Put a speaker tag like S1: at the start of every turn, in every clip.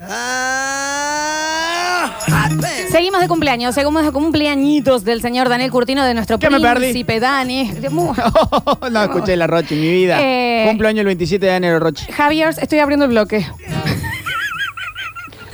S1: Ah, Seguimos de cumpleaños, seguimos de cumpleañitos del señor Daniel Curtino de nuestro
S2: ¿Qué me perdí?
S1: príncipe Dani. De- mu-
S2: no escuché la Rochi, mi vida.
S1: Eh.
S2: Cumplo año el 27 de enero, Rochi.
S1: Javier, estoy abriendo el bloque.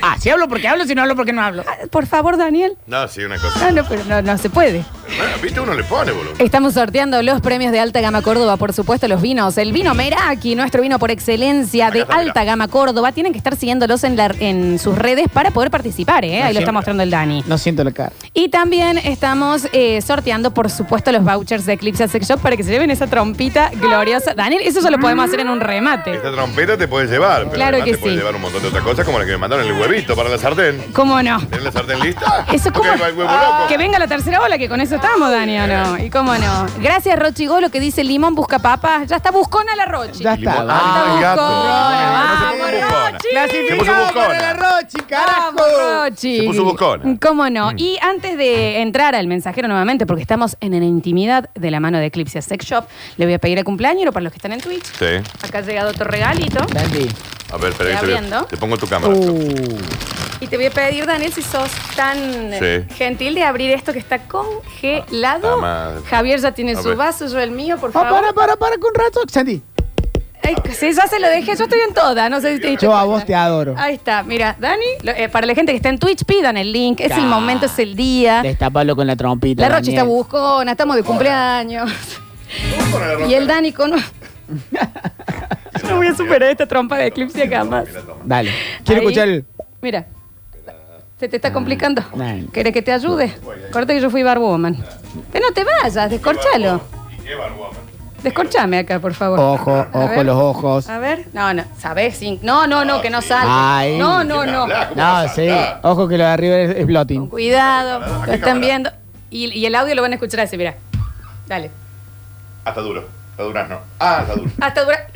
S2: Ah, si hablo porque hablo, si no hablo porque no hablo.
S1: Ah, Por favor, Daniel.
S3: No, sí, una cosa.
S1: Ah, No, no, pero no, no se puede.
S3: Bueno, viste, uno le pone, boludo.
S1: Estamos sorteando los premios de Alta Gama Córdoba, por supuesto, los vinos. El vino Meraki, nuestro vino por excelencia de
S3: Acá está, mirá.
S1: Alta Gama Córdoba. Tienen que estar siguiéndolos en, la- en sus redes para poder participar, ¿eh? Ahí lo está
S2: siempre.
S1: mostrando el Dani.
S2: No siento la cara.
S1: Y también estamos eh, sorteando, por supuesto, los vouchers de Eclipse Sex Shop para que se lleven esa trompita gloriosa. Daniel, eso se lo podemos hacer en un remate.
S3: Esta trompeta te puede llevar, pero
S1: Claro que
S3: además te puede
S1: sí.
S3: llevar un montón de otras cosas, como la que me mandaron el huevito para la sartén.
S1: ¿Cómo no?
S3: ¿Tienes la sartén lista?
S1: Eso
S3: Ok,
S1: cómo-
S3: va el huevo loco.
S1: Que venga la tercera ola, que con eso estamos, Dani, ¿o no? ¿Y cómo no? Gracias, Rochi Golo, que dice limón busca papas. Ya está buscona la Rochi.
S2: Ya
S3: Y limón-
S2: está.
S3: Ah,
S1: Está
S3: el gato.
S1: buscona,
S3: No, no, no, se
S1: vamos,
S3: ponga buscona.
S1: Rochi.
S3: puso
S2: Clasificado
S3: buscona.
S2: para la Rochi, carajo.
S1: Vamos, Rochi.
S3: Se puso buscona. Mm.
S1: ¿Cómo no? Y antes de entrar al mensajero nuevamente, porque estamos en la intimidad de la mano de Eclipse Sex Shop, le voy a pedir a cumpleañero para los que están en Twitch.
S3: Sí.
S1: Acá ha llegado otro regalito.
S2: Dani.
S3: A ver,
S1: Estoy
S3: espera, que te,
S1: abriendo. Uh.
S3: veo. te pongo tu cámara.
S2: Uh.
S1: Y te voy a pedir, Daniel, si sos tan eh,
S3: Sí.
S1: gentil de abrir esto que está congelado.
S3: Ah, madre.
S1: Javier ya tiene
S3: A
S1: su
S3: ver.
S1: vaso, yo el mío, por
S2: Ah,
S1: favor.
S2: para, para, para, con rato. Sandy,
S1: Ay, sí, ya se lo dejé, yo estoy en toda, no sé si te diste
S2: yo a
S1: cuenta.
S2: vos te adoro.
S1: Ahí está, mira, Dani, lo- eh, para la gente que está en Twitch, pidan el link, es el
S2: Ya.
S1: momento, es el día.
S2: Destapalo con la trompita.
S1: Ah. La Rochi está
S2: Daniel.
S1: buscona, estamos de cumpleaños.
S3: Buscona la
S1: Y el
S3: roca.
S1: Dani con... Yo no voy a superar esta trompa de eclipse acá más.
S2: Dale. Quiero
S1: Ahí.
S2: escuchar el. Ah,
S1: Mira. Se te está complicando.
S2: Dale.
S1: ¿Querés que te ayude? Corta que yo fui barwoman. Pero no te vayas, descorchalo.
S3: Y qué barbuama.
S1: Descorchame acá, por favor.
S2: Ojo,
S1: A
S2: ojo,
S1: ver. Ah.
S2: los ojos.
S1: A ver. No, no. ¿Sabés? Sí. No, no, no, que no
S2: Ay.
S1: salga. No, no, no.
S3: Habla, ¿cómo vas
S2: No,
S3: a
S2: sí.
S3: hablar?
S2: Ojo que lo de arriba es, es
S1: Con
S2: blotting.
S1: cuidado. Lo
S3: Aquí
S1: están
S3: cámara.
S1: viendo. Y, y el audio lo van a escuchar así, mira. Dale.
S3: Ah, está duro. Está durazno. Ah, está duro.
S1: Hasta dura.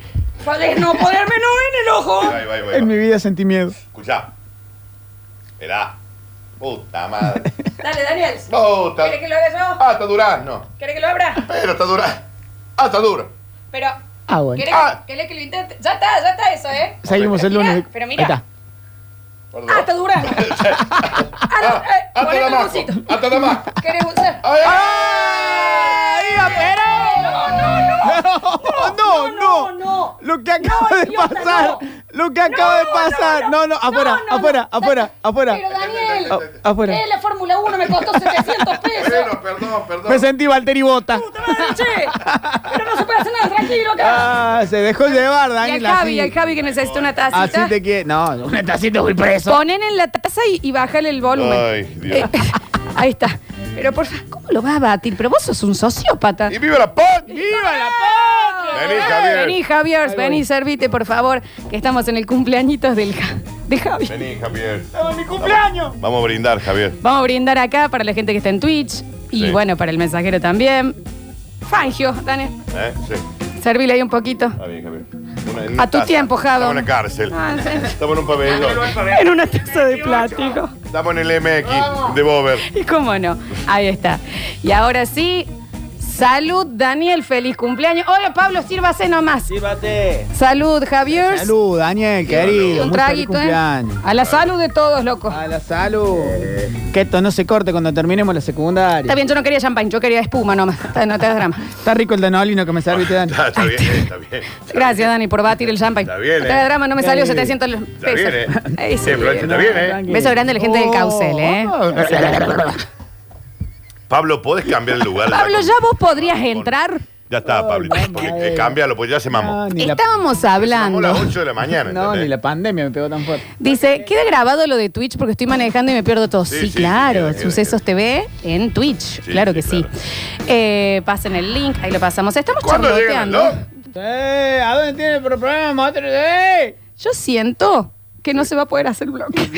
S1: Podés no ponerme no en el ojo.
S3: Ahí va, ahí va, ahí
S2: En
S3: va.
S2: mi vida sentí miedo.
S3: Escuchá. Esperá. Puta madre.
S1: Dale, Daniel.
S3: Puta.
S1: ¿Querés que lo haga yo?
S3: Ah, está durazno.
S1: ¿Querés que lo abra?
S3: Pero está durazno. Ah, está duro.
S1: Pero.
S2: Ah, bueno.
S1: ¿Querés,
S3: Ah.
S1: querés que lo intente? Ya está, ya está eso, ¿eh?
S2: Seguimos el
S1: Pero mirá,
S2: lunes.
S1: pero mirá.
S2: Ahí está.
S1: Ah, está durazno. Ah, no, eh,
S3: Ah, está
S1: ponele el
S3: damasco.
S1: bucito.
S3: Ah, está damasco.
S1: ¿Querés Eh, usar?
S3: Ay,
S2: No, no, no. Lo que acaba de
S1: idiota,
S2: pasar.
S1: no.
S2: Lo que acaba de
S1: no,
S2: pasar. No, no, afuera,
S1: No, no,
S2: afuera,
S1: no.
S2: afuera, afuera.
S1: Pero Daniel,
S3: Ah,
S2: A- afuera.
S1: eh, la Fórmula 1 me costó 700 pesos.
S3: Bueno, perdón, perdón.
S2: Me sentí Valtteri Bota.
S1: Puta madre, che. Pero no se puede hacer nada, tranquilo acá.
S2: Ah, se dejó llevar,
S1: y
S2: Daniel.
S1: el Javi,
S2: así.
S1: el Javi que necesita una tacita.
S2: Así te que. No, una tacita voy preso.
S1: Ponen en la taza y, y bájale el volumen.
S3: Ay, Dios.
S1: Eh, ahí está. Pero por favor, ¿cómo lo vas a batir? Pero vos sos un sociópata.
S3: ¡Y viva la paz!
S2: ¡Viva la patria!
S3: Vení, Javier.
S1: Vení, Javier, vení, servite, por favor, que estamos en el cumpleañitos del Ja- de Javi.
S3: Vení, Javier.
S2: ¡Mi cumpleaños!
S3: Vamos a brindar, Javier.
S1: Vamos a brindar acá para la gente que está en Twitch y
S3: Sí.
S1: bueno, para el mensajero también. Fangio, Dani,
S3: ¿Eh? Sí.
S1: servile ahí un poquito.
S3: Está bien, Javier. Una- en
S1: A
S3: una
S1: tu
S3: taza.
S1: tiempo, Javo.
S3: Estamos en la cárcel.
S1: Ah, sí.
S3: Estamos en un pabellón.
S1: En una taza de plástico.
S3: Estamos en el MX de Bober.
S1: ¿Y cómo no? Ahí está. Y ahora sí, salud, Daniel, feliz cumpleaños. Hola, Pablo, sírvase nomás.
S4: Sírvate.
S1: Salud, Javier.
S2: Salud, Daniel, querido.
S1: Un
S2: Muy feliz
S1: traguito, ¿eh? Oh.
S2: cumpleaños.
S1: A la salud de todos, loco.
S2: A la salud. Que esto no se corte cuando terminemos la secundaria.
S1: Está bien, yo no quería champagne, yo quería espuma nomás. Está- No te hagas drama.
S2: Está rico el danolino que me serviste, Dani.
S3: Ah, Está, está bien, está bien.
S1: Gracias, Dani, por batir el champagne.
S3: Está bien,
S1: No
S3: eh.
S1: te hagas drama, no me salió
S2: Está bien.
S1: 700 los
S3: Está bien, ¿eh?
S1: pesos. Ahí sí.
S3: Sí, Florencia, está bien, ¿eh?
S2: Tranqui.
S1: Beso grande a la gente del
S2: Oh.
S1: Caucel, ¿eh?
S3: Pablo, ¿podés cambiar el lugar? de la
S1: Pablo,
S3: con-
S1: ¿ya vos podrías entrar?
S3: Ya está, Pablo.
S2: Ay,
S3: Porque
S2: mamá,
S3: eh,
S2: eh.
S3: cámbialo, porque ya se mamó.
S2: No, ni la,
S1: Estábamos
S3: Mamó a las
S1: hablando.
S3: 8 de la mañana.
S2: no,
S3: ¿entendés?
S2: ni la pandemia me pegó tan fuerte.
S1: Dice, queda grabado lo de Twitch porque estoy manejando y me pierdo todo.
S3: Sí,
S1: Sí,
S3: sí, sí,
S1: claro,
S3: queda, queda,
S1: Sucesos TV en Twitch,
S3: Sí,
S1: claro
S3: sí,
S1: que sí.
S3: claro.
S1: Eh, pasen el link, ahí lo pasamos. Estamos
S3: ¿Cuándo llegan
S1: charloteando.
S3: los dos?
S2: Eh, ¿A dónde tiene el programa? Otro- eh.
S1: Yo siento que no se va a poder hacer bloque.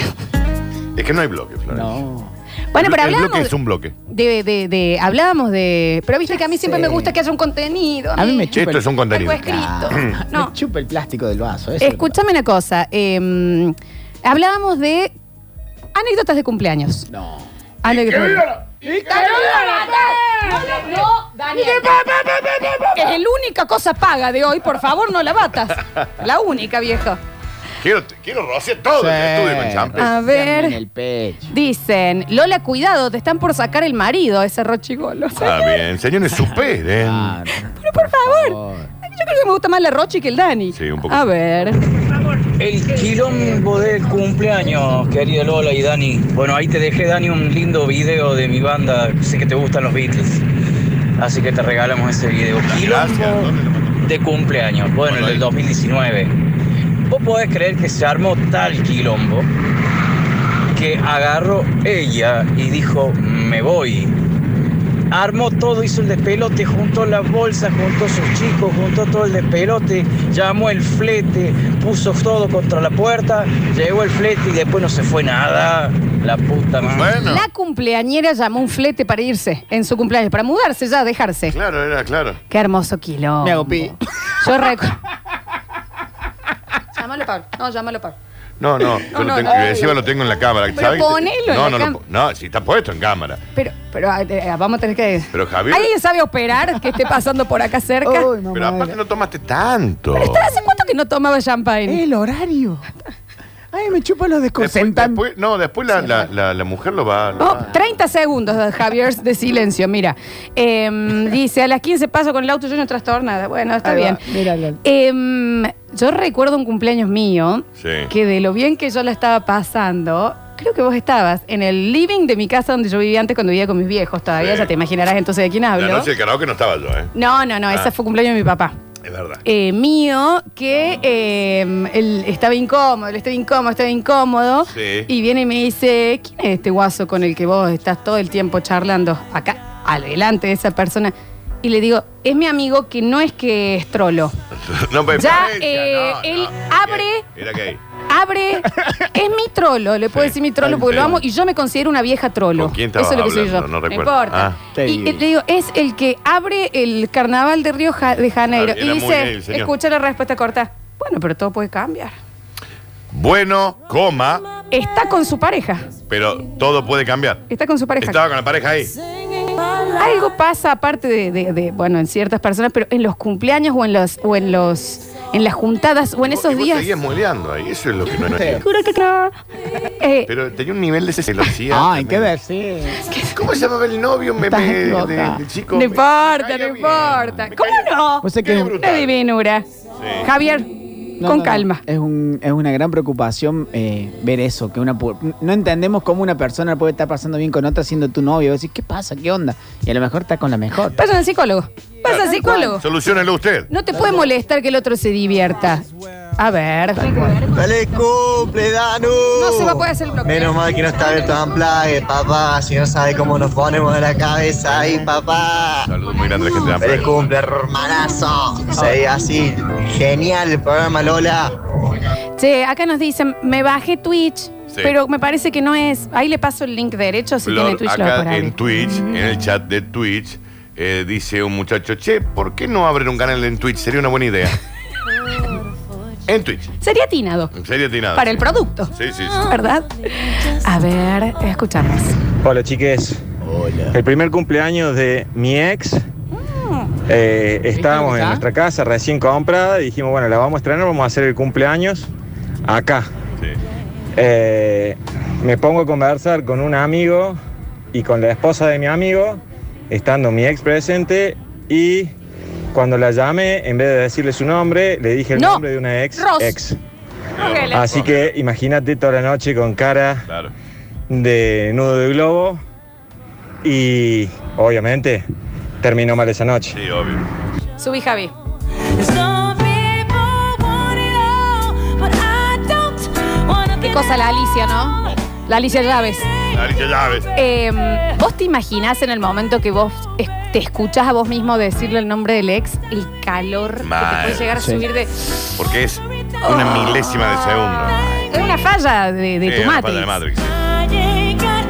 S3: Es que no hay bloque, Florencia.
S2: No.
S1: bueno, pero
S3: El blo- el
S1: hablamos...
S3: bloque es un bloque.
S1: De, de, de, hablábamos de. Pero viste que a mí siempre me gusta que haya un contenido.
S2: A mí me
S1: amigo.
S2: chupa
S3: Esto es un
S1: Algo
S3: contenido.
S2: pues,
S1: escrito. No.
S2: Ah. Me chupa el plástico del vaso. eso.
S1: Escúchame una cosa. eh, hablábamos de anécdotas de cumpleaños.
S2: No.
S1: Anécdotas.
S3: ¡Y
S1: No, no, no, Daniel. Es la única cosa paga de hoy. Por favor, no la batas. La única, viejo.
S3: Quiero, quiero rociar todo el estudio con champán.
S2: Ah,
S1: A ver.
S2: En el pecho.
S1: Dicen, Lola, cuidado, te están por sacar el marido, ese rochigolo.
S3: Está bien, señores, superen.
S2: Claro.
S1: Pero por favor. Yo creo que me gusta más la Rochi que el Dani.
S3: Sí, un poco.
S1: A ver.
S4: El quilombo del cumpleaños, querida Lola y Dani. Bueno, ahí te dejé, Dani, un lindo video de mi banda. Sé que te gustan los Beatles. Así que te regalamos ese video.
S3: Gracias.
S4: Quilombo
S3: ¿dónde lo mandó?
S4: de cumpleaños. Bueno, el del 2019. Vos podés creer que se armó tal quilombo que agarró ella y dijo, me voy. Armó todo, hizo el despelote, juntó las bolsas, juntó sus chicos, juntó todo el despelote, llamó el flete, puso todo contra la puerta, llegó el flete y después no se fue nada. La puta madre.
S3: Bueno,
S1: La cumpleañera llamó un flete para irse en su cumpleaños, para mudarse ya, dejarse.
S3: claro, era claro.
S1: Qué hermoso kilo.
S2: Me hago pi.
S1: Yo recuerdo. llámalo, Pablo. No, llámalo, Pablo.
S3: No, no, yo
S1: No,
S3: lo
S1: no,
S3: tengo,
S1: no.
S3: encima lo tengo en la cámara.
S1: Pero
S3: ¿sabes?
S1: ponelo en
S3: no,
S1: la
S3: no, lo
S1: cam-
S3: po- no, si está puesto en cámara.
S1: Pero, pero eh, eh, vamos a tener que.
S3: Pero, Javier-
S1: ¿Alguien sabe operar que esté pasando por acá cerca?
S2: Uy, mamá.
S3: Pero aparte no tomaste tanto.
S1: ¿Hace cuánto que no tomaba champagne?
S2: El horario. Ay, me chupa los
S3: Después,
S2: desconcentantes.
S3: después- no, después la, la, la, la mujer lo va. lo
S1: Oh,
S3: va-
S1: 30 segundos, Javier, de silencio, mira. Em, dice, a las 15 paso con el auto lleno de trastornada. Bueno, está
S2: Ahí
S1: bien.
S2: va, míralo.
S1: Em, yo recuerdo un cumpleaños mío,
S3: Sí.
S1: que de lo bien que yo la estaba pasando, creo que vos estabas en el living de mi casa donde yo vivía antes cuando vivía con mis viejos todavía,
S3: Sí.
S1: ya te imaginarás entonces de quién hablo.
S3: La noche del karaoke no estaba yo, ¿eh?
S1: No, no, no,
S3: Ah.
S1: ese fue cumpleaños de mi papá.
S3: Es verdad.
S1: eh, mío que eh, él estaba incómodo, él estaba incómodo, estaba incómodo.
S3: Sí.
S1: Y viene y me dice, ¿quién es este guaso con el que vos estás todo el tiempo charlando acá, adelante de esa persona? Y le digo, es mi amigo que no es que es trolo.
S3: No, pues,
S1: Ya,
S3: Florencia,
S1: eh,
S3: no,
S1: él
S3: no.
S1: abre-
S3: Era gay.
S1: Abre, es mi trolo, le puedo
S3: Sí,
S1: decir mi trolo
S3: ahí
S1: porque lo
S3: está.
S1: amo y yo me considero una vieja trolo.
S3: ¿Con quién
S1: Eso
S3: estabas
S1: es lo que soy yo.
S3: hablando? No recuerdo.
S1: importa.
S2: Ah.
S1: y eh, le digo, es el que abre el carnaval de Río Ja- de Janeiro.
S3: Era
S1: Y
S3: muy
S1: dice,
S3: gay el señor.
S1: escucha la respuesta corta. Bueno, pero todo puede cambiar.
S3: Bueno, coma,
S1: Está con su pareja.
S3: pero todo puede cambiar.
S1: Está con su pareja.
S3: Estaba con la pareja ahí.
S1: Algo pasa aparte de, de- de, bueno, en ciertas personas, pero en los cumpleaños o en los, o en los, en las juntadas o en
S3: Y
S1: esos
S3: vos
S1: días.
S3: Seguías moleando ahí, eso es lo que no era.
S1: Juro que no. Eh,
S3: Pero tenía un nivel de celosía.
S2: Ay, qué decir.
S3: ¿Cómo se llamaba el novio me,
S2: Estás
S3: me- de,
S2: loca.
S3: del chico?
S1: no
S3: Me-
S1: importa,
S3: me
S1: no
S3: caía bien.
S1: importa.
S3: Me
S1: ¿Cómo
S3: caía-
S1: no?
S2: Vos sé
S3: Qué
S2: que es un-
S3: brutal.
S1: Una divinura. Javier,
S2: No,
S1: con
S2: no, no.
S1: calma.
S2: Es, un- es una gran preocupación eh, ver eso, que una pu- no entendemos cómo una persona puede estar pasando bien con otra siendo tu novio. Decís, ¿qué pasa? ¿Qué onda? Y a lo mejor está con la mejor.
S1: Pasa al psicólogo. Pasa al psicólogo.
S3: Soluciónelo usted.
S1: No te puede molestar que el otro se divierta. A ver.
S5: ¡Feliz cumple, Danu!
S1: No se va a poder hacer el bloque. ¿eh?
S5: Menos mal que no está abierto Amplague, papá. Si no sabe cómo nos ponemos de la cabeza ahí, papá.
S3: Saludos muy grandes, gente de
S5: ¡Feliz
S3: Amplio.
S5: cumple, hermanazo! Sí, así. Genial el programa, Lola.
S1: Che, acá nos dicen, me bajé Twitch,
S3: Sí.
S1: pero me parece que no es. Ahí le paso el link derecho si tiene
S3: Flor,
S1: Twitch. lo va a poder
S3: acá
S1: abrir.
S3: en Twitch, en el chat de Twitch, eh, dice un muchacho, che, ¿por qué no abren un canal en Twitch? Sería una buena idea. en Twitch.
S1: Sería atinado
S3: Sería atinado.
S1: para el producto,
S3: Ah. Sí, sí, sí.
S1: ¿verdad? A ver, escuchamos.
S6: Hola chiques. El primer cumpleaños de mi ex. eh, estábamos en nuestra casa recién comprada y dijimos, bueno, la vamos a estrenar, vamos a hacer el cumpleaños acá.
S3: sí.
S6: Eh, me pongo a conversar con un amigo y con la esposa de mi amigo, estando mi ex presente y cuando la llamé, en vez de decirle su nombre, le dije el
S1: No.
S6: nombre de una ex.
S1: Ros.
S6: ex. Así que imagínate toda la noche con cara
S3: Claro.
S6: de nudo de globo y obviamente terminó mal esa noche.
S3: Sí, obvio.
S1: Subí, Javi. Qué cosa la Alicia, ¿no? La Alicia Llaves.
S3: Alicia Llaves.
S1: Eh, ¿Vos te imaginás en el momento que vos es- te escuchás a vos mismo decirle el nombre del ex, el calor que te
S3: Mal.
S1: puede llegar a
S2: Sí.
S1: subir de.
S3: Porque es una milésima de segundo.
S1: Es una falla de, de
S3: Sí,
S1: tu
S3: una
S1: matriz.
S3: pata de Matrix. sí.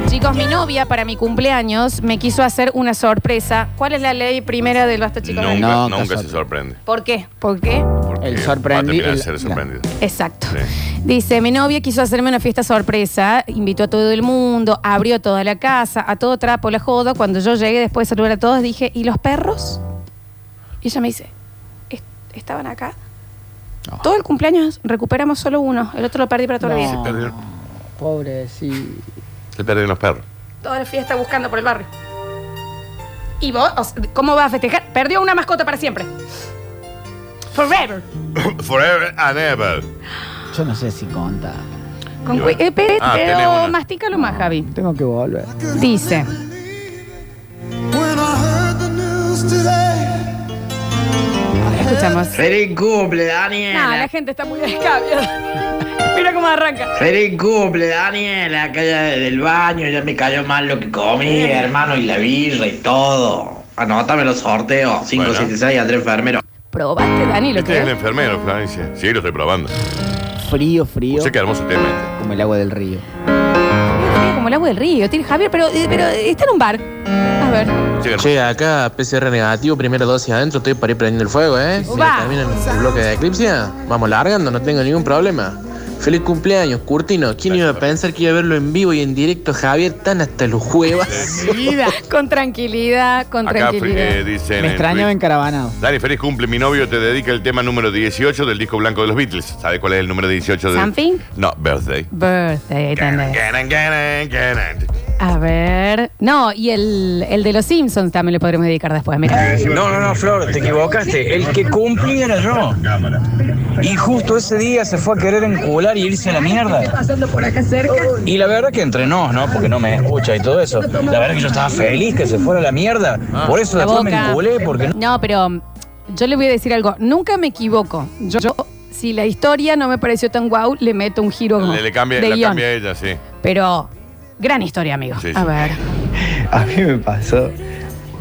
S1: Chicos, mi novia para mi cumpleaños me quiso hacer una sorpresa. ¿Cuál es la ley primera del basta, chicos?
S3: Nunca,
S2: No,
S3: nunca
S2: casate.
S3: se sorprende.
S1: ¿Por qué? ¿Por qué?
S3: Porque
S2: El sorprendi-
S3: Va a terminar de
S2: el-
S3: ser sorprendido.
S1: Exacto.
S3: Sí.
S1: Dice, mi novia quiso hacerme una fiesta sorpresa, invitó a todo el mundo, abrió toda la casa, a todo trapo la joda. Cuando yo llegué después de saludar a todos, dije, ¿y los perros? Y ella me dice, "Est- ¿estaban acá?
S3: Ah.
S1: Todo el cumpleaños recuperamos solo uno. El otro lo perdí para toda la vida.
S2: No.
S3: Perdieron,
S2: Pobre, sí.
S3: se perdieron los perros.
S1: Toda la fiesta buscando por el barrio. ¿Y vos? O sea, ¿Cómo vas a festejar? Perdió una mascota para siempre. Forever.
S3: Forever and ever.
S2: Yo no sé si conta.
S1: Con
S3: Y
S1: cui-
S3: bueno.
S1: eh, pe-
S3: Ah, tenés
S1: pero
S3: una.
S1: mastícalo más, Javi.
S2: Tengo que volver.
S1: Dice. Escuchamos.
S7: ¡Feliz cumple, Daniela!
S5: eh.
S1: No, la gente está muy descabia. Mira cómo arranca.
S7: ¡Feliz cumple, Daniela! Acá ya desde el baño ya me cayó mal lo que comí, hermano, y la birra y todo. Anótame los sorteos. 5,
S3: Bueno.
S7: 7, 6, Andrés Fermero.
S1: Probaste, Dani, lo
S3: Este es el
S1: que.
S3: enfermero, Florencia. Sí, lo estoy probando.
S2: Frío, frío.
S3: Sé qué hermoso tema. este.
S2: Como el agua del río.
S1: Como el agua del río, tiene Javier, pero, eh, pero está en un bar. A ver.
S3: Che, qué hermoso.
S8: Che, acá PCR negativo, primera dosis adentro, estoy para ir prendiendo el fuego, ¿eh? Si
S1: Uba.
S8: no termina el bloque de eclipse, vamos largando, no tengo ningún problema. Feliz cumpleaños, Curtino. ¿Quién iba a pensar que iba a verlo en vivo y en directo, Javier? Tan hasta los huevos.
S1: Con tranquilidad, con
S3: Acá eh,
S1: tranquilidad.
S3: dicen.
S2: Me
S3: en
S2: extrañaba
S3: Twitch,
S2: encarabanado.
S3: Dani, feliz cumple. Mi novio te dedica el tema número 18 del disco blanco de los Beatles. ¿Sabes cuál es el número 18 del
S1: Something?
S3: No, Birthday.
S1: Birthday, ahí tenés.
S3: Ganan, ganan, ganan.
S1: A ver. No, y el, el de los Simpsons también le podremos dedicar después. Mira.
S4: No, no, no, Flor, te equivocaste. El que cumplía era yo. Y justo ese día se fue a querer encular y irse a la mierda. Y la verdad que entre nos, ¿no? Porque no me escucha y todo eso. La verdad que yo estaba feliz que se fuera a la mierda.
S8: Ah.
S4: Por eso
S1: La
S4: después me
S1: boca.
S4: enculé, porque no.
S1: No, pero mm, yo le voy a decir algo. Nunca me equivoco. Yo, yo, si la historia no me pareció tan guau, le meto un giro
S3: Le, le cambia,
S1: de
S3: la
S1: guión.
S3: cambia ella, sí.
S1: Pero gran historia, amigo.
S3: Sí, sí.
S1: A ver.
S9: A mí me pasó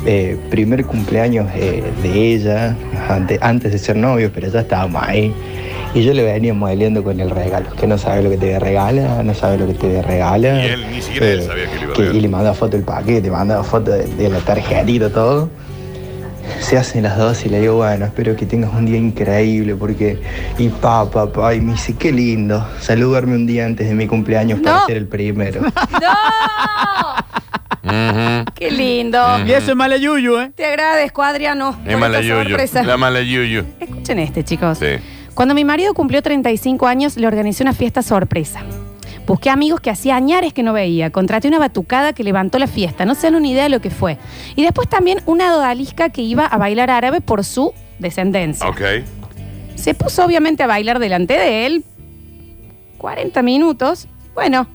S9: eh, primer cumpleaños eh, de ella, ante- antes de ser novios, pero ya estábamos ahí. Y yo le venía modeleando con el regalo, que no sabe lo que te regala, no sabe lo que te regala.
S3: Y él, ni siquiera él sabía que le iba a regalar.
S9: Eh, Y le mandaba foto del paquete, mandaba foto de, de la tarjetita, todo. Se hacen las dos y le digo, bueno, espero que tengas un día increíble porque... Y pa, pa, pa, y me dice, qué lindo, saludarme un día antes de mi cumpleaños para
S1: No.
S9: ser el primero.
S1: ¡No!
S3: Ujú.
S1: ¡Qué lindo!
S2: Y eso es mala yuyu, ¿eh?
S1: Te agradezco, Adriano.
S3: Mm. Es
S1: por
S3: mala
S1: esta
S3: yuyu.
S1: sorpresa.
S3: La mala yuyu.
S1: Escuchen este, chicos.
S3: Sí.
S1: Cuando mi marido cumplió 35 años, le organizé una fiesta sorpresa. Busqué amigos que hacía añares que no veía. Contraté una batucada que levantó la fiesta. No se dan una idea de lo que fue. Y después también una odalisca que iba a bailar árabe por su descendencia.
S3: Ok.
S1: Se puso obviamente a bailar delante de él. 40 minutos. Bueno,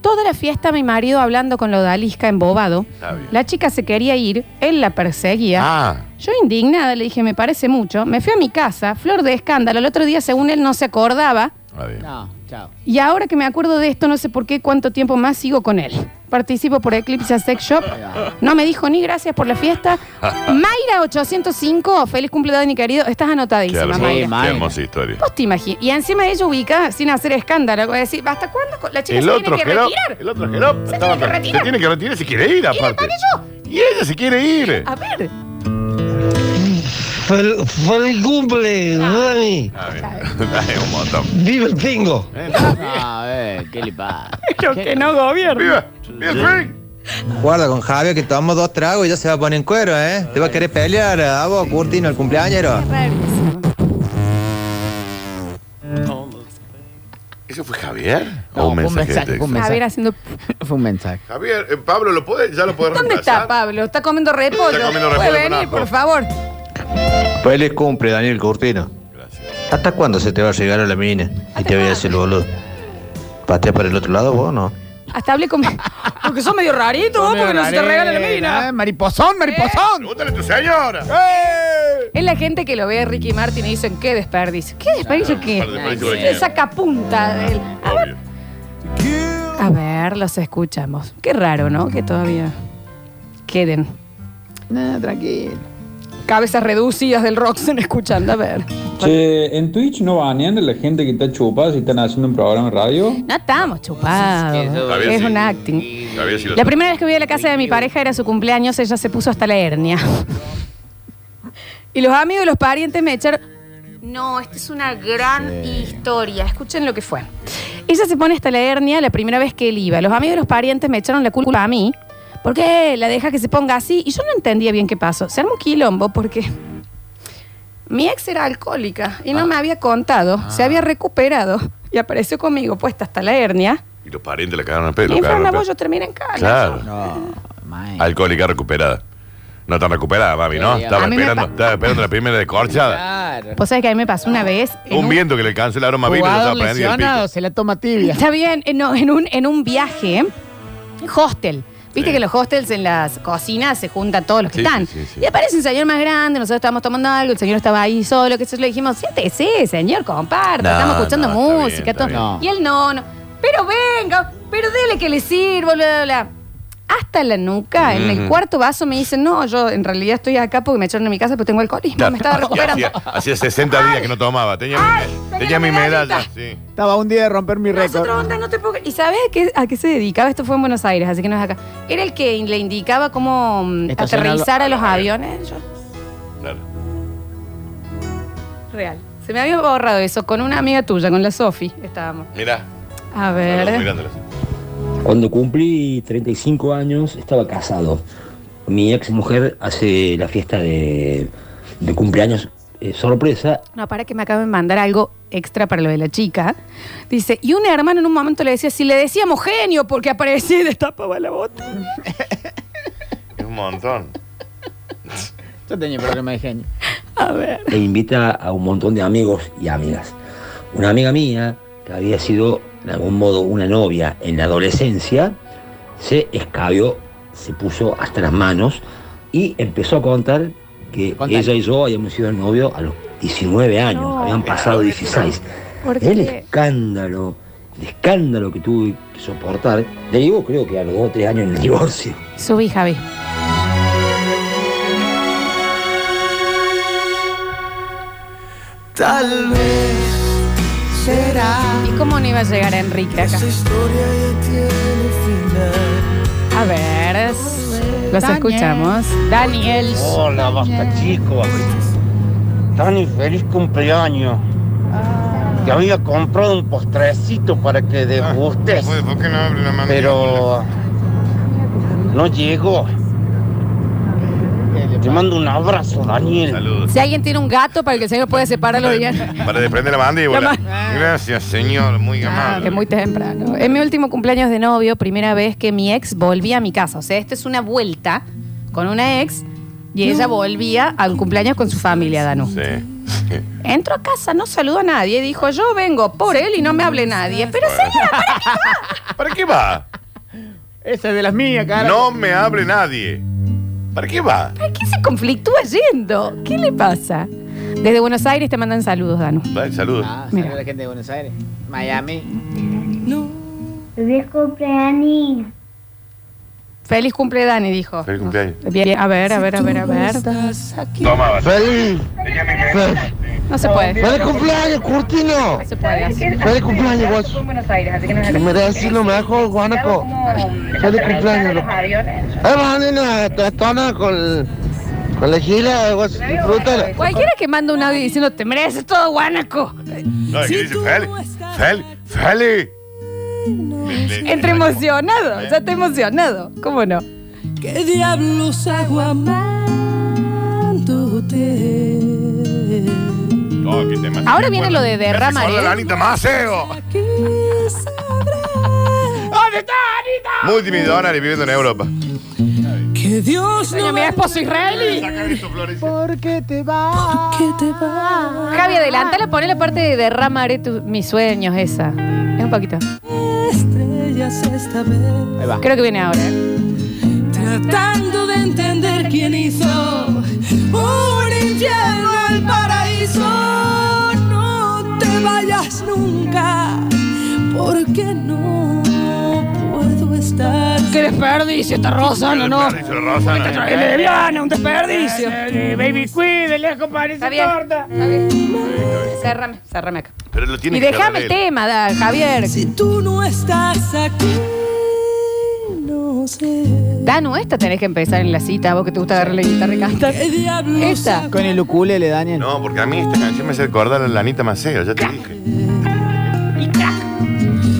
S1: toda la fiesta mi marido hablando con la odalisca embobado.
S3: Está bien.
S1: La chica se quería ir, él la perseguía.
S3: Ah,
S1: Yo indignada le dije, me parece mucho. Me fui a mi casa, flor de escándalo. El otro día, según él, no se acordaba.
S3: está bien.
S2: No, chao.
S1: Y ahora que me acuerdo de esto, no sé por qué, cuánto tiempo más sigo con él. Participo por Eclipse Sex Shop. No me dijo ni gracias por la fiesta. Mayra 805, feliz cumpleaños, mi querido. Estás
S3: Qué
S1: anotadísima,
S3: hermosa,
S1: Mayra.
S3: qué
S2: Mayra.
S3: hermosa historia.
S1: Vos te imaginas. Y encima ella ubica sin hacer escándalo. Voy a decir, ¿hasta cuándo la chica
S3: El
S1: se tiene
S3: otro
S1: que
S3: que no.
S1: retirar?
S3: El otro que no.
S1: Se
S3: estaba
S1: tiene que
S3: con-
S1: retirar.
S3: Se tiene que retirar si quiere ir,
S1: Y la
S3: aparte.
S1: pagué
S3: Y ella se quiere ir.
S1: A ver.
S10: Fel- ¡Feliz cumple, Dani!
S3: A ver. Dale, Ah, un montón.
S10: ¡Vive el pingo!
S2: A ver, ¿qué le pasa?
S1: Pero que no gobierno.
S3: ¡Viva! ¡Viva Frank!
S10: Guarda con Javier que tomamos dos tragos y ya se va a poner en cuero, ¿eh? Te va a querer pelear a vos, Curtino, el cumpleañero.
S3: ¿Eso fue Javier?
S2: No,
S3: ¿O
S2: fue un mensaje, fue
S3: de
S2: un
S3: texto?
S2: mensaje.
S1: Javier haciendo.
S2: Fue un mensaje.
S3: Javier, eh, Pablo, ¿lo puede, ¿ya lo puede
S1: ¿Dónde está
S3: reemplazar?
S1: Pablo? Está comiendo repollo.
S3: Está comiendo
S1: ¿Puede
S3: repollo con
S1: venir,
S3: ajo.
S1: por favor.
S10: Feliz cumple, Daniel Curtino.
S3: Gracias.
S10: ¿Hasta cuándo se te va a llegar a la mina? Y te voy a hacer boludo. ¿Pateas para el otro lado vos o no?
S1: Hasta hablé con. Porque sos medio rarito, vos, porque no se te regala la mina.
S2: Eh, Mariposón, mariposón.
S3: Pregúntale a tu señora. ¿eh?
S1: Es la gente que lo ve a Ricky Martin y dicen, qué desperdicio. ¿Qué desperdicio
S3: desperdicio
S1: qué?
S3: de
S1: Es? Saca punta de él. A ver,
S3: Obvio.
S1: a ver, los escuchamos. Qué raro, ¿no? Que todavía queden.
S2: Nah, tranquilo.
S1: Cabezas reducidas del Roxen escuchando. A ver.
S11: Che, en Twitch no banean a la gente que está chupada si están haciendo un programa de radio.
S1: No estamos chupados.
S3: Javier,
S1: Es
S3: sí.
S1: un acting.
S3: Javier, sí lo
S1: La
S3: sabe.
S1: primera vez que voy a la casa de mi pareja era su cumpleaños, ella se puso hasta la hernia. y los amigos y los parientes me echaron. No, esta es una gran historia. Escuchen lo que fue. Ella se pone hasta la hernia la primera vez que él iba. Los amigos y los parientes me echaron la culpa a mí. ¿Por qué la deja que se ponga así? Y yo no entendía bien qué pasó. Se armó un quilombo porque Mi ex era alcohólica y no me había contado. Se había recuperado y apareció conmigo puesta hasta la hernia.
S3: Y los parientes la cagaron a pedo.
S1: y
S3: la cagaron
S1: enferma
S3: a
S1: vos,
S3: pedo.
S1: yo terminé en cana.
S12: Eh.
S3: Claro. Alcohólica recuperada. No tan recuperada, mami, ¿no?
S1: Sí,
S3: Estaba
S1: a mí me
S3: esperando,
S1: pa-
S3: estaba esperando la primera descorchada.
S1: Vos sabés que a mí me pasó una vez. en
S3: Un viento que le cancelaron más vino, yo estaba
S2: Jugador
S3: prendido el pico.
S2: lesionado, se la toma tibia.
S1: Está bien, eh, no, en un, en un viaje, hostel. Viste
S2: Sí.
S1: que los hostels en las cocinas se juntan todos los que
S2: Sí,
S1: están.
S2: sí, sí, sí.
S1: Y aparece un señor más grande, nosotros estábamos tomando algo, el señor estaba ahí solo, que eso le dijimos, siéntese, señor, comparta,
S2: No,
S1: estamos escuchando
S2: no, está
S1: música,
S2: bien, está
S1: todo.
S2: bien.
S1: Y él no, no. Pero venga, pero dele que le sirvo, bla, bla, bla. Hasta la nuca, en el
S3: Mm.
S1: cuarto vaso me dicen, no, yo en realidad estoy acá porque me echaron de mi casa, pero tengo alcoholismo, me estaba
S3: Y
S1: recuperando.
S3: Hacía, hacía 60 días que no tomaba. Tenía, mi- tenía mi medalla. sí.
S2: Estaba un día de romper mi récord.
S1: Nosotros, onda, no te puedo creer. ¿Y sabes a qué, a qué se dedicaba? Esto fue en Buenos Aires, así que no es acá. Era el que le indicaba cómo mm,
S2: Estacionar
S1: aterrizar
S2: lo-
S1: a los aviones. Yo-
S3: Claro.
S1: real. Se me había borrado eso con una amiga tuya, con la Sofi. Estábamos.
S3: Mirá.
S1: A
S3: Saludos,
S1: ver.
S3: mirándola así.
S13: Cuando cumplí 35 años estaba casado. Mi ex mujer hace la fiesta de, de cumpleaños eh, sorpresa.
S1: No, para que me acaben de mandar algo extra para lo de la chica. Dice, y un hermano en un momento le decía, si le decíamos genio porque aparecía y destapaba la bota.
S3: Es un montón.
S2: Yo tenía problema de genio.
S1: A ver.
S13: e invita a un montón de amigos y amigas. Una amiga mía, que había sido en algún modo una novia en la adolescencia, se escabió, se puso hasta las manos y empezó a contar que
S2: Contale.
S13: ella y yo habíamos sido novios a los 19 años,
S1: No.
S13: habían pasado 16.
S1: ¿Por
S13: El
S1: qué?
S13: escándalo, el escándalo que tuve que soportar, le digo creo que a los 2 o 3 años en el divorcio.
S1: Subí, Javi.
S14: Tal vez será.
S1: ¿Y cómo no iba a llegar Enrique acá?
S14: Esa historia ya tiene final.
S1: A ver. Los
S14: Daniel.
S1: escuchamos. Daniel.
S12: Hola, basta chicos. Dani, feliz cumpleaños. Te había comprado un postrecito para que
S3: Ah,
S12: degustes. pero no llegó. Te mando un abrazo, Daniel.
S1: Si alguien tiene un gato para que el señor pueda separar los días.
S3: Para desprender la mandíbula.
S1: La
S3: Gracias, señor. Muy amable.
S1: Ah, Es muy temprano. En mi último cumpleaños de novio, primera vez que mi ex volvía a mi casa. O sea, esta es una vuelta con una ex y ella volvía al cumpleaños con su familia, Danu.
S3: Sí.
S1: Entró a casa, no saludó a nadie. Dijo, yo vengo por él y no me hable nadie. Pero señora, ¿para qué va?
S3: ¿Para qué va?
S2: Esa es de las mías, cara.
S3: No me hable nadie. ¿Para qué va?
S1: ¿Para qué se conflictúa yendo? ¿Qué le pasa? Desde Buenos Aires te mandan saludos, Danu.
S3: Dale, saludos.
S2: Ah,
S1: Mira.
S2: saluda a la gente de Buenos Aires. Miami.
S15: Feliz cumpleaños.
S1: Feliz cumple, Dani, dijo.
S3: Feliz cumpleaños.
S1: Bien, a ver, a ver, a ver, a ver.
S3: Toma,
S14: ¡Feliz!
S1: No se puede.
S14: ¡Feliz cumpleaños, Curtino!
S1: No se puede así.
S14: ¡Feliz cumpleaños, vos! Que mereces lo mejor, Guanaco. ¡Feliz cumpleaños! loco. ¡Vamos, nena! ¡Tona con, con la gila! vos, ¡Disfrútalo!
S1: Cualquiera que manda un audio diciendo te mereces todo, guanaco.
S3: No, aquí dice Feli. Feli. Feli.
S1: Entre emocionado, ya está emocionado. ¿Cómo no?
S14: ¿Qué diablos hago amándote?
S3: No, oh, qué tema.
S1: Ahora viene lo de derrama.
S3: Hola, la Anita Maceo.
S1: ¿Dónde está Anita?
S3: Multimillonario viviendo en Europa.
S14: Que Dios
S1: Señor, mi esposo israelí.
S2: ¿Por qué te vas? ¿Por qué te vas?
S1: Javi, adelántala, poné la parte de derramaré tu- mis sueños esa. Es un poquito.
S14: estrellas esta vez.
S2: Ahí va.
S1: Creo que viene ahora.
S14: Tratando de entender quién hizo un infierno al paraíso. No te vayas nunca, porque no puedo estar.
S1: ¡Qué desperdicio esta Rosana, no!
S3: Dice Rosana.
S1: un desperdicio! Baby Queen, de lejos parece torta. Cerrame, cerrame acá.
S3: Pero lo tiene
S1: Y
S3: que cerrar
S1: déjame el
S3: él.
S1: tema, da, Javier.
S14: Si tú no estás aquí, no sé.
S1: Danu, esta tenés que empezar en la cita, vos que te gusta agarrar la guitarra y cantar.
S14: ¿Qué diablos
S1: Esta.
S2: Con el ukulele, Daniel.
S3: No, porque a mí esta canción me hace acordar a la Anita Maceo, ya te dije.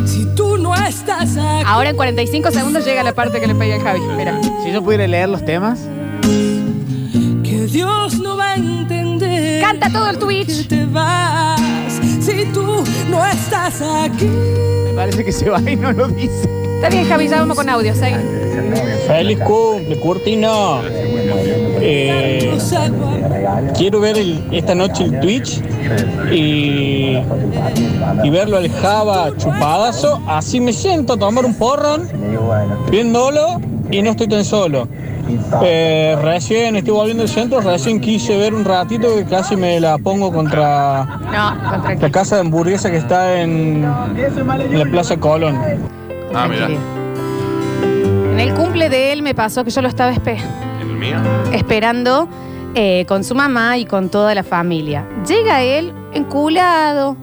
S14: Si tú no estás aquí.
S1: Ahora en 45 segundos llega la parte que le pedí a Javi. Mira.
S2: Si yo pudiera leer los temas.
S14: Que Dios no va a entender
S1: encanta todo el Twitch.
S16: Te vas si tú no estás aquí.
S2: Me parece que se va y no lo dice.
S1: Está bien, Javi, ya vamos con audio, ¿sí?
S17: Feliz cumple, Curtino. Eh, quiero ver el- esta noche el Twitch y, y verlo al Java chupadazo. Así me siento a tomar un porrón, viéndolo y no estoy tan solo. Eh, recién estoy volviendo al centro, recién quise ver un ratito que casi me la pongo contra
S1: No, contra
S17: la casa de hamburguesa que está en, en la Plaza Colón.
S3: Ah, mira.
S1: En el cumple de él me pasó que yo lo estaba espe-
S3: ¿El mío?
S1: esperando eh, con su mamá y con toda la familia. Llega él enculado,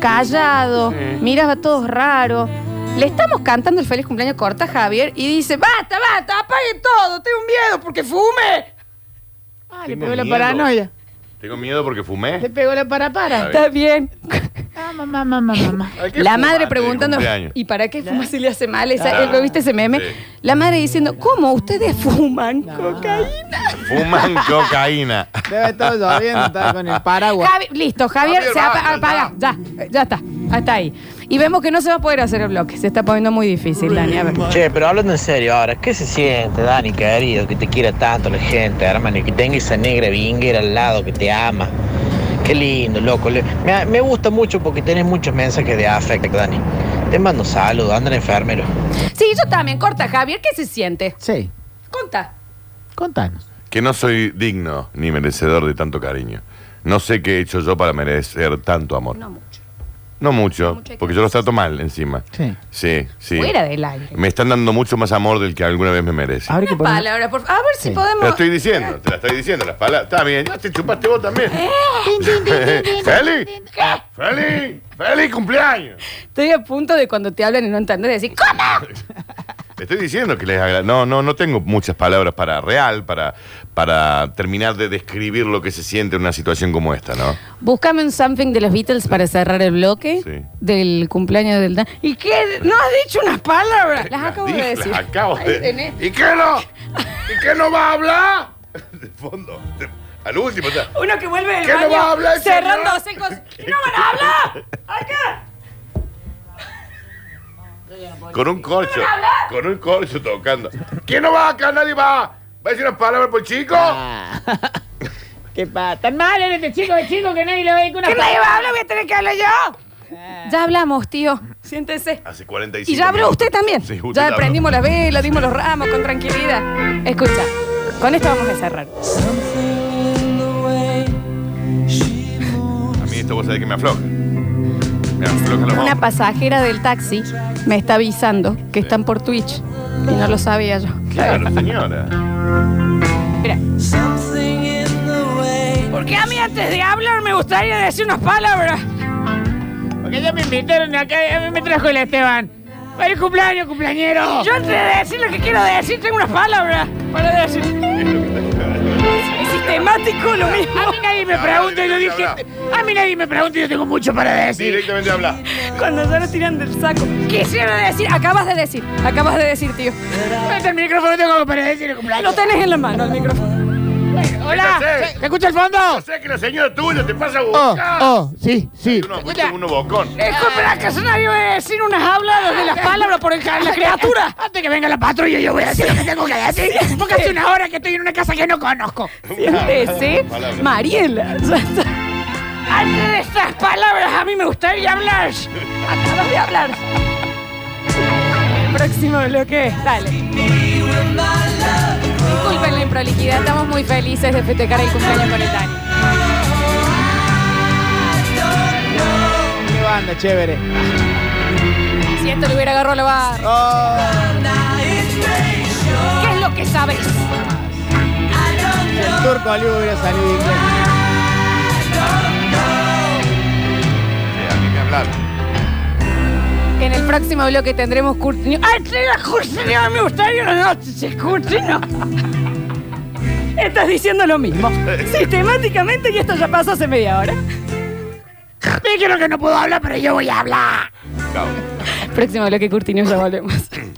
S1: callado, miraba a todos raro. Le estamos cantando el feliz cumpleaños corta a Javier y dice, basta, basta, apague todo, tengo miedo porque fume. Ah, le
S3: Tengo
S1: pegó la
S3: miedo.
S1: paranoia.
S3: Tengo miedo porque
S1: Le
S3: fumé.
S1: pegó la para para.
S3: Está
S1: Está bien. mamá, mamá, mamá.
S3: Hay que
S1: La
S3: fumar
S1: madre
S3: antes del
S1: preguntando,
S3: cumpleaños.
S1: ¿y para qué fuma si le hace mal? Esa,
S3: Claro.
S1: ¿Lo viste ese meme?
S3: Sí.
S1: La madre diciendo, ¿cómo ustedes fuman cocaína?
S3: Fuman cocaína.
S2: Debe estar lloviendo, está con el paraguas.
S1: Javi- listo, Javier,
S2: Javier,
S1: se apa-
S2: basta,
S1: apaga. Ya, eh, ya está. Hasta ahí. Y vemos que no se va a poder hacer el bloque. Se está poniendo muy difícil, Dani. A ver.
S18: Che, pero hablando en serio ahora, ¿qué se siente, Dani, querido, que te quiera tanto la gente, hermano, y que tenga esa negra vinguera al lado que te ama? Qué lindo, loco. Le- Me, me gusta mucho porque tenés muchos mensajes de afecto, Dani. Te mando saludos, anda al enfermero.
S1: Sí, yo también. Corta, Javier. ¿Qué se siente?
S2: Sí.
S1: Conta.
S2: Contanos.
S3: Que no soy digno ni merecedor de tanto cariño. No sé qué he hecho yo para merecer tanto amor. No mucho. No mucho, porque yo los trato mal encima.
S2: Sí.
S3: Sí, sí.
S1: Fuera Ah. del aire.
S3: Me están dando mucho más amor del que alguna vez me merece.
S1: Una palabra, por favor. A ver si
S3: Te la
S1: podemos.
S3: estoy diciendo, te la estoy diciendo, las palabras. Está bien, ya te chupaste vos también.
S1: Eh.
S3: ¡Feli! ¡Feli! ¡Feli cumpleaños!
S1: Estoy a punto de cuando te hablan y no entendés decir, ¿cómo?
S3: Te estoy diciendo que les agra- No, no, no tengo muchas palabras para real, para, para terminar de describir lo que se siente en una situación como esta, ¿no?
S1: Búscame un something de los Beatles para cerrar el bloque del cumpleaños del Dan. ¿Y qué? ¿No has dicho unas palabras? Las acabo de
S3: Dije,
S1: decir. este-
S3: las acabo
S1: Ahí
S3: de-
S1: tenés.
S3: ¿Y qué no? ¿Y qué no va a hablar? De fondo. de- Al último. está.
S1: Uno que vuelve del
S3: ¿Qué no
S1: baño
S3: va a hablar,
S1: cerrándose con... ¿Qué no van a hablar? ¡Acá!
S3: Con un corcho. Con un corcho tocando. ¿Quién no va acá? Nadie va. ¿Va a decir unas palabras por el chico?
S1: Ah.
S2: Qué pa, tan mal eres de chico de chico que nadie le va a decir una
S1: ¿Qué nadie va a hablar?
S2: palabra.
S1: Voy a tener que hablar yo. Ya hablamos, tío. Siéntese.
S3: Hace 45
S1: Y ya habló
S3: minutos.
S1: usted también.
S3: Sí, usted
S1: ya
S3: habló.
S1: prendimos las velas, dimos los ramos con tranquilidad. Escucha, con esto vamos a cerrar.
S3: A mí esto vos sabés que me afloja. Me afloja los
S1: Una
S3: hombros.
S1: pasajera del taxi me está avisando que están por Twitch y no lo sabía yo.
S3: Claro, señora.
S1: Mira. Porque a mí antes de hablar me gustaría decir unas palabras.
S2: Porque ya me invitaron acá, ya me- me trajo el Esteban. ¡Feliz cumpleaños, cumpleañero!
S1: Yo antes de decir lo que quiero decir tengo unas palabras para decir. Es sistemático lo mismo.
S2: A mí nadie me pregunta, yo dije. A mí nadie me pregunta y yo tengo mucho para decir.
S3: Directamente habla.
S1: Cuando ya lo tiran del saco. Quisiera decir, acabas de decir, acabas de decir, tío.
S2: El micrófono tengo algo para decir, cumpleaños.
S1: Lo tenés en la mano el micrófono.
S2: Hola, ¿se- ¿se escucha el fondo?
S3: Yo sé que la señora tuya te pasa a
S2: Oh,
S3: buscar. pues,
S2: oh, sí, sí.
S3: Uno, uno bocón.
S1: Disculpen, ¿acaso nadie va a decir eh, unas habladas de las palabras por el, la criatura?
S2: Antes que venga la patrulla, yo voy a decir lo que tengo que decir. Porque hace una hora que estoy en una casa que no conozco.
S1: Siéntese, Mariela. ya está. Antes de estas palabras, a mí me gustaría hablar. Acabas de hablar. El próximo bloque, dale. Disculpen la improlijidad, estamos muy felices de festejar el cumpleaños con el Dani.
S2: Qué banda, chévere.
S1: Si esto lo hubiera agarrado, lo va. ¿Qué es lo que sabes?
S2: El turco Olivo hubiera salido inglés.
S3: Sí, hay que hablar.
S1: En el próximo bloque tendremos Curtinio. ¡Ay, sí, la Curtinio! Me gustaría una noche, Curtinio. Estás diciendo lo mismo. Sistemáticamente, y esto ya pasó hace media hora.
S2: Dijeron que no puedo hablar, pero yo voy a hablar.
S3: Chao.
S1: Próximo bloque, Curtinio, ya volvemos.